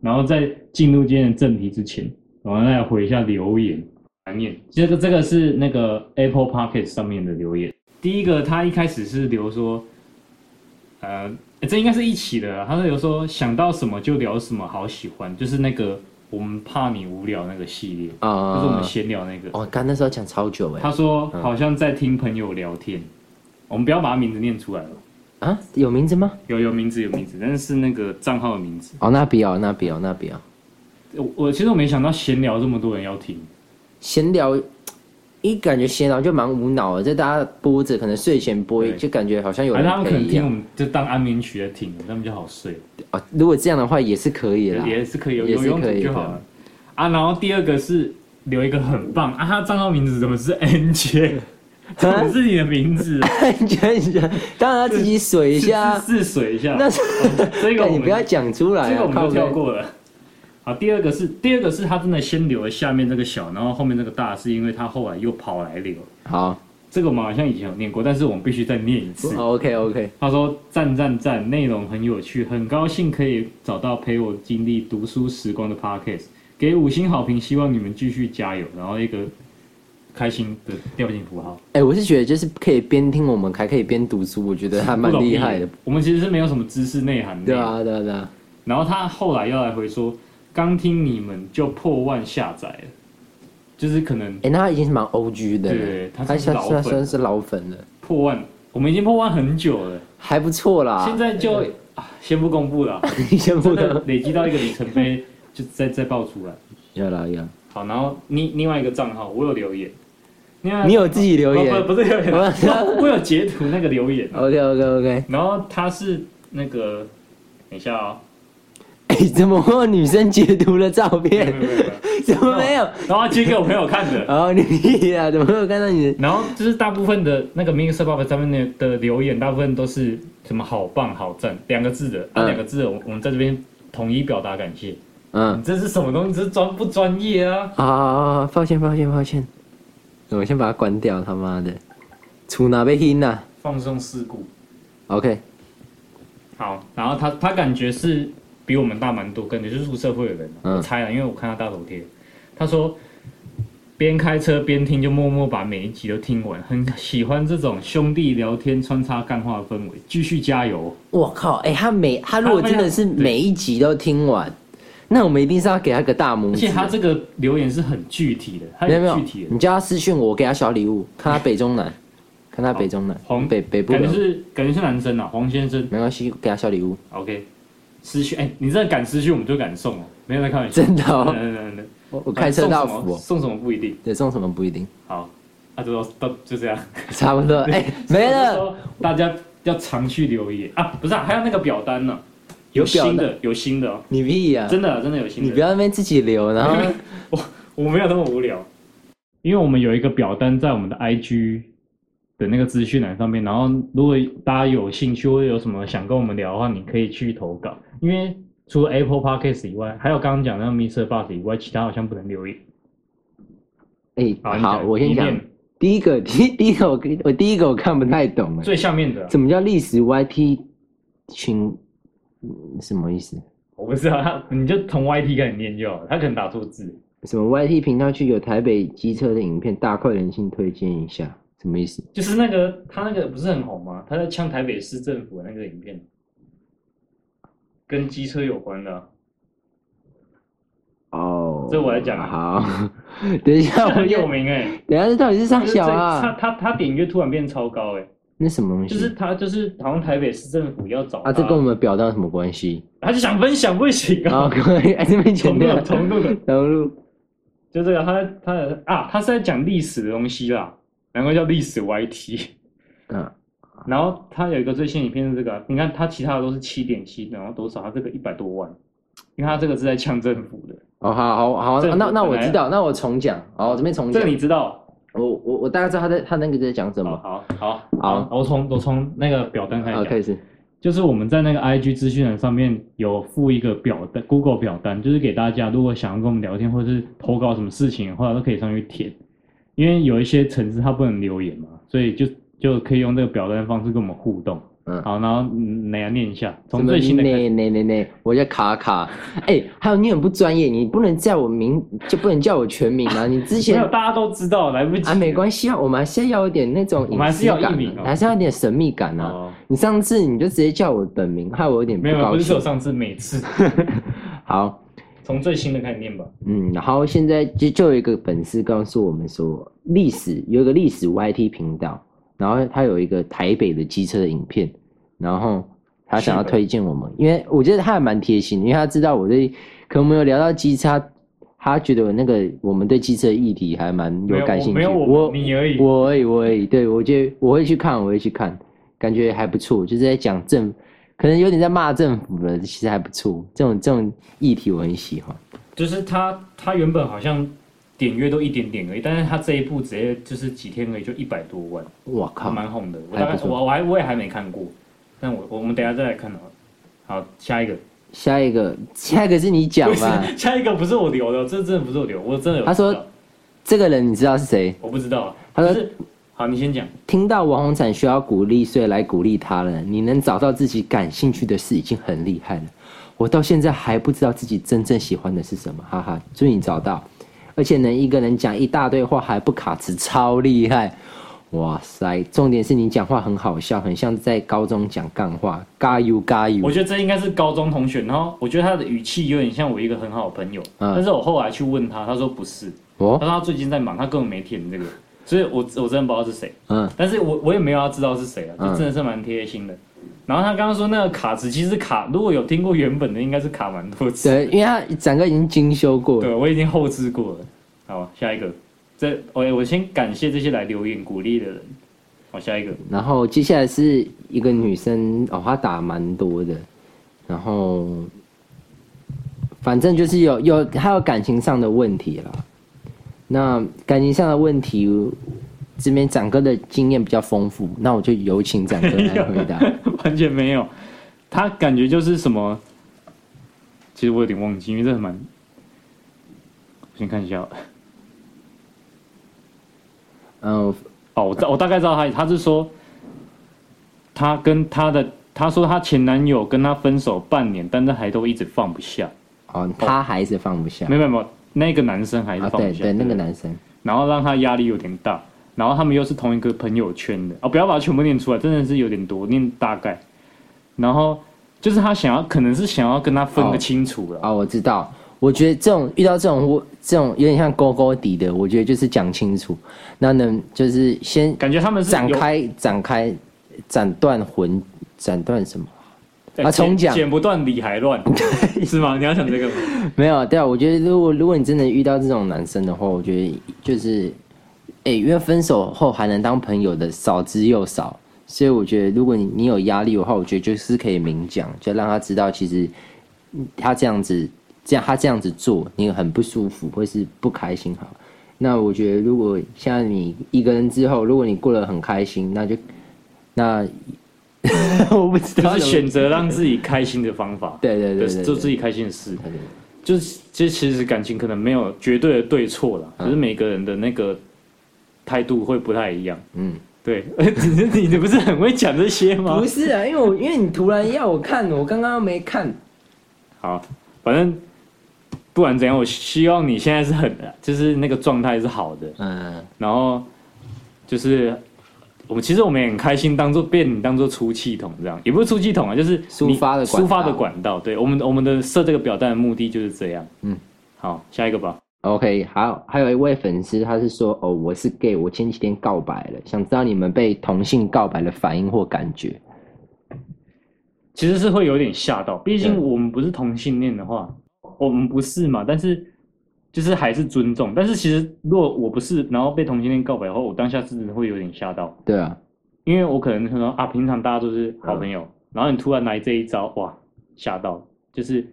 然后在进入今天的正题之前，我们来回一下留言来念。这个这个是那个 Apple Pocket 上面的留言。第一个，他一开始是留说，呃，诶这应该是一起的啦。他是留说想到什么就聊什么，好喜欢，就是那个我们怕你无聊那个系列，啊就是我们闲聊那个。哦，刚那时候讲超久他哎，说好像在听朋友聊天，我们不要把他名字念出来了。啊，有名字吗？有有名字有名字，但是是那个账号的名字。哦，那不要，那不要，那不要，我我其实我没想到闲聊这么多人要听，闲聊，一感觉闲聊就蛮无脑的，就大家播着，可能睡前播，对就感觉好像有反正他人们可陪能一听我样。们就当安眠曲在听，他们就好睡了，哦，如果这样的话也是可以啦。 也是可以有啊也有是用可途以的就好了。啊，然后第二个是留一个很棒啊，他账号名字怎么是 N J？怎么是你的名字啊？感觉一下，当然要自己水一下，试试水一下。那是哦这个我但你们不要讲出来这个啊我，们靠都跳背。过了。好，第二个是第二个是他真的先留了下面这个小，然后后面这个大，是因为他后来又跑来留。好哦这个我们好像以前有念过，但是我们必须再念一次。 ，OK OK，他说：“赞赞赞，内容很有趣，很高兴可以找到陪我经历读书时光的 podcast，给五星好评，希望你们继续加油。”然后一个开心的调性符号，哎，我是觉得就是可以边听我们，还可以边读书，我觉得还蛮不容易厉害的。。我们其实是没有什么知识内涵的。对。啊，对啊，对啊，然后他后来又来回说：“刚听你们就破万下载了，就是可能哎，那他已经是蛮 O G 的了，对他算他是算老算粉算是老粉了，破万，我们已经破万很久了，还不错啦。现在就、啊、先不公布了。”你先 不真的能，累积到一个里程碑，就再再爆出来。要啦要，好，然后另另外一个账号，我有留言，另外一个你有自己留言哦不不是留言，我我我有截图那个留言。 ？OK OK OK，然后他是那个，等一下哦， 哎，怎么会有女生截图的照没有片？没有没有， 怎么 没有？然后他截给我朋友看的。哦，你啊，怎 么会有看到你的？然后就是大部分的那个 Mixer Box 上面的的留言，大部分都是什么好棒、好赞两个字的，啊嗯两个字的，我我们在这边统一表达感谢。嗯你。这是什么东西？这是专不专业啊？啊，抱歉，抱歉，抱歉，我先把它关掉，他妈的，出哪被音呐放松事故。 ？OK，好，然后他他感觉是比我们大蛮多，感觉是宿舍会有人、嗯我猜了，因为我看他大头贴，他说边开车边听，就默默把每一集都听完，很喜欢这种兄弟聊天穿插干话的氛围，继续加油。我靠，哎、他每他如果真的是每一集都听完，那我们一定是要给他个大拇而指且。他这个留言是很具体的，他嗯没有没有很具体，的，你叫他私讯我，我给他小礼物，看他北 中南，看他北中南，黄北北部感觉的，是感觉是男生啊，黄先生没关系，给他小礼物， ，OK，私讯，哎、你真的敢私讯，我们就敢送哦，没有在开玩笑，真的哦真的真的真的我我开车送到什府、么哦，送什么不一定，对，送什么不一定， 好，啊，就到到就这样。差不 多，哎、没了，。大家要常去留言啊，不是、啊，还有那个表单呢、有有表单新的，有新的、哦，你屁呀、真的啊、真的有新的。你不要在那边自己留，然 后我没有那么无聊，因为我们有一个表单在我们的 IG 的那个资讯栏上面，然后如果大家有兴趣或者有什么想跟我们聊的话，你可以去投稿。因为除了 Apple Podcast 以外，还有刚刚讲的那个 Mr. Bus 以外，其他好像不能留言。哎、好，你好，我先你讲念。第一个， 第第一个我跟我第一个我看不太懂哎，最下面的啊，怎么叫历史 YT 群？嗯什么意思？我不知道，他你就从 YT 开始念就好了，他可能打错字。什么 YT 频道区有台北机车的影片，大快人心推荐一下，什么意思？就是那个他那个不是很红吗？他在呛台北市政府的那个影片，跟机车有关的啊、哦，这我来讲啊好， 等一下这我很先有，名哎、等一下这到底是上就是这小他啊？他他点阅突然变超高哎、那什么东西？就是他就是好像台北市政府要找他，啊，这跟我们表达有什么 关系？他就想分享不行啊，啊，可以，哎，这边剪重录掉了，重录了， 重录。就这个他他的啊，他是在讲历史的东西啦，难怪叫历史 YT。嗯， 然后他有一个最新影片是这个啊，你看他其他的都是七点七，然后多少？他这个一百多万，因为他这个是在呛政府的，哦，好好好，政府那那我本来知道，那我重讲，好，这边重这讲个，你知道？我我我大概知道他在他那个在讲什么啊好。好好好我从我从那个表单开始好，讲开始。就是我们在那个 IG 资讯栏上面有附一个表单，Google 表单，就是给大家如果想要跟我们聊天或者是投稿什么事情的话，都可以上去填。因为有一些城市它不能留言嘛，所以就就可以用这个表单的方式跟我们互动。嗯好，然后嗯哪要念一下？什从么最新的开始那那那那，我叫卡卡。哎、还有你很不专业，你不能叫我名，就不能叫我全名啊！你之 没前有，大家都知道，来不及啊，没关系啊，我们还是要有点那种我们还隐是私要感艺名哦，啊还是要有点神秘感啊。哦你上次你就直接叫我本名，害我有点不没有，高不是只兴有。上次，每次好，从最新的开始念吧。嗯，然后现在就就有一个粉丝告诉我们说，历史有一个历史 YT 频道，然后他有一个台北的机车的影片，然后他想要是的推荐我们，因为我觉得他还蛮贴心，因为他知道我对，可能我们有聊到机车，他觉得那个我们对机车的议题还蛮没有感兴我趣。没有我我你而已。我而已，我而已。对，我觉得我会去看，我会去看，感觉还不错，就是在讲政，可能有点在骂政府了，其实还不错。这种这种议题我很喜欢。就是他他原本好像点阅都一点点而已，但是他这一部直接就是几天而已就一百多万，我还靠，蛮红的。我还大不概错我我还我也还没看过，但我我们等一下再来看好了。好，下一个下一个，下一个是你讲不吧。是 下一个不是我留的，哦这真的不是我留，我真的有他说知道这个人你知道是谁？我不知道，啊他说就是好，你先讲。听到王宏产需要鼓励，所以来鼓励他了。你能找到自己感兴趣的事已经很厉害了。我到现在还不知道自己真正喜欢的是什么，哈哈！祝你找到，而且能一个人讲一大堆话还不卡词，超厉害！哇塞，重点是你讲话很好笑，很像在高中讲干话，加油加油我！觉得这应该是高中同学，然后我觉得他的语气有点像我一个很好的朋友，嗯但是我后来去问他，他说不是，他哦，说他最近在忙，他根本没填这个，所以我我真的不知道是谁。嗯，但是我我也没有要知道是谁啊，嗯就真的是蛮贴心的。然后他刚刚说那个卡词，其实卡如果有听过原本的，应该是卡蛮多次。对，因为他整个已经精修过了。对，我已经后置过了。好，下一个，这我我先感谢这些来留言鼓励的人。好，下一个， 然后接下来是一个女生哦，她打蛮多的，然后反正就是有有还有感情上的问题啦。那感情上的问题，这边展哥的经验比较丰富，那我就有请展哥来回 答。完全没有，他感觉就是什么，其实我有点忘记，因为这蛮，我先看一下好了。嗯，哦，我大我大概知道他，他是说，他跟他的，他说他前男友跟他分手半年，但是还都一直放不下。哦，他还是放不下没有没有没有，那个男生还是啊，放不对下。对，那个。男生，然后让他压力有点大，然后他们又是同一个朋友圈的哦，不要把它全部念出来，真的是有点多，念大概。然后就是他想要，可能是想要跟他分哦个清楚了。哦，我知道。我觉得这种遇到这种我这种有点像勾勾底的，我觉得就是讲清楚，那能就是先感觉他们是展有开、啊展开、斩断魂、斩断什么？哎啊剪重讲剪不断理还乱，是吗？你要讲这 个吗？没有，对啊，我觉得如果如果你真的遇到这种男生的话，我觉得就是，哎、因为分手后还能当朋友的少之又少，所以我觉得如果你你有压力的话，我觉得就是可以明讲，就让他知道其实嗯他这样子，这样他这样子做，你很不舒服或是不开心好。那我觉得如果像你一个人之后，如果你过得很开心，那就那我不知就道是怎么选择让自己开心的方法，对对对对对对做自己开心的事。对对就是，这其实感情可能没有绝对的对错啦，嗯只是每个人的那个态度会不太一样。嗯。对， 你你不是很会讲这些吗不？是啊，因为我 因为你突然要我看，我刚刚没看。好，反正不管怎样，我希望你现在是很，就是那个状态是好的，嗯，然后就是我们其实我们也很开心，当做被你当做出气筒这样，也不是出气筒啊，就是抒你发的管抒发的道管道。对，我们我们的设这个表单的目的就是这样。嗯，好，下一个吧。 OK，还有还有一位粉丝，他是说哦，我是 gay，我前几天告白了，想知道你们被同性告白的反应或感觉。其实是会有点吓到，毕竟对我们不是同性恋的话，我们不是嘛，但是就是还是尊重。但是其实如果我不是，然后被同性恋告白的话，我当下是真的会有点吓到，对啊，因为我可能说啊，平常大家都是好朋友，嗯然后你突然来这一招，哇，吓到，就是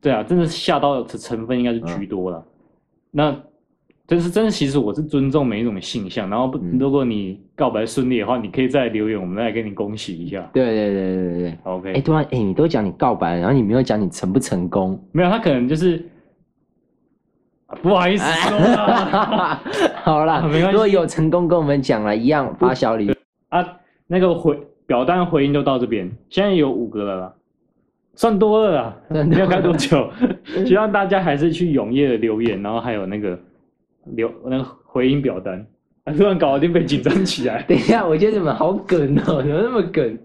对啊，真的吓到的成分应该是居多了。嗯那但是真的，其实我是尊重每一种性向，然后不，嗯如果你告白顺利的话，你可以再留言，我们再来跟你恭喜一下。对对对对对对。 OK，哎、突然哎、你都讲你告白了，然后你没有讲你成不 成功。没有，他可能就是、啊不好意哎思说啊好啦，没关系 如果有成功跟我们讲了，一样发小礼物。啊，那个回表单回应就到这边，现在有五个了啦，算多了啦，算多没有看多久。希望大家还是去踊跃的留言，然后还有那个留那个回应表单。啊突然搞得有点被紧张起来。等一下，我觉得你们好梗哦，怎么那么梗？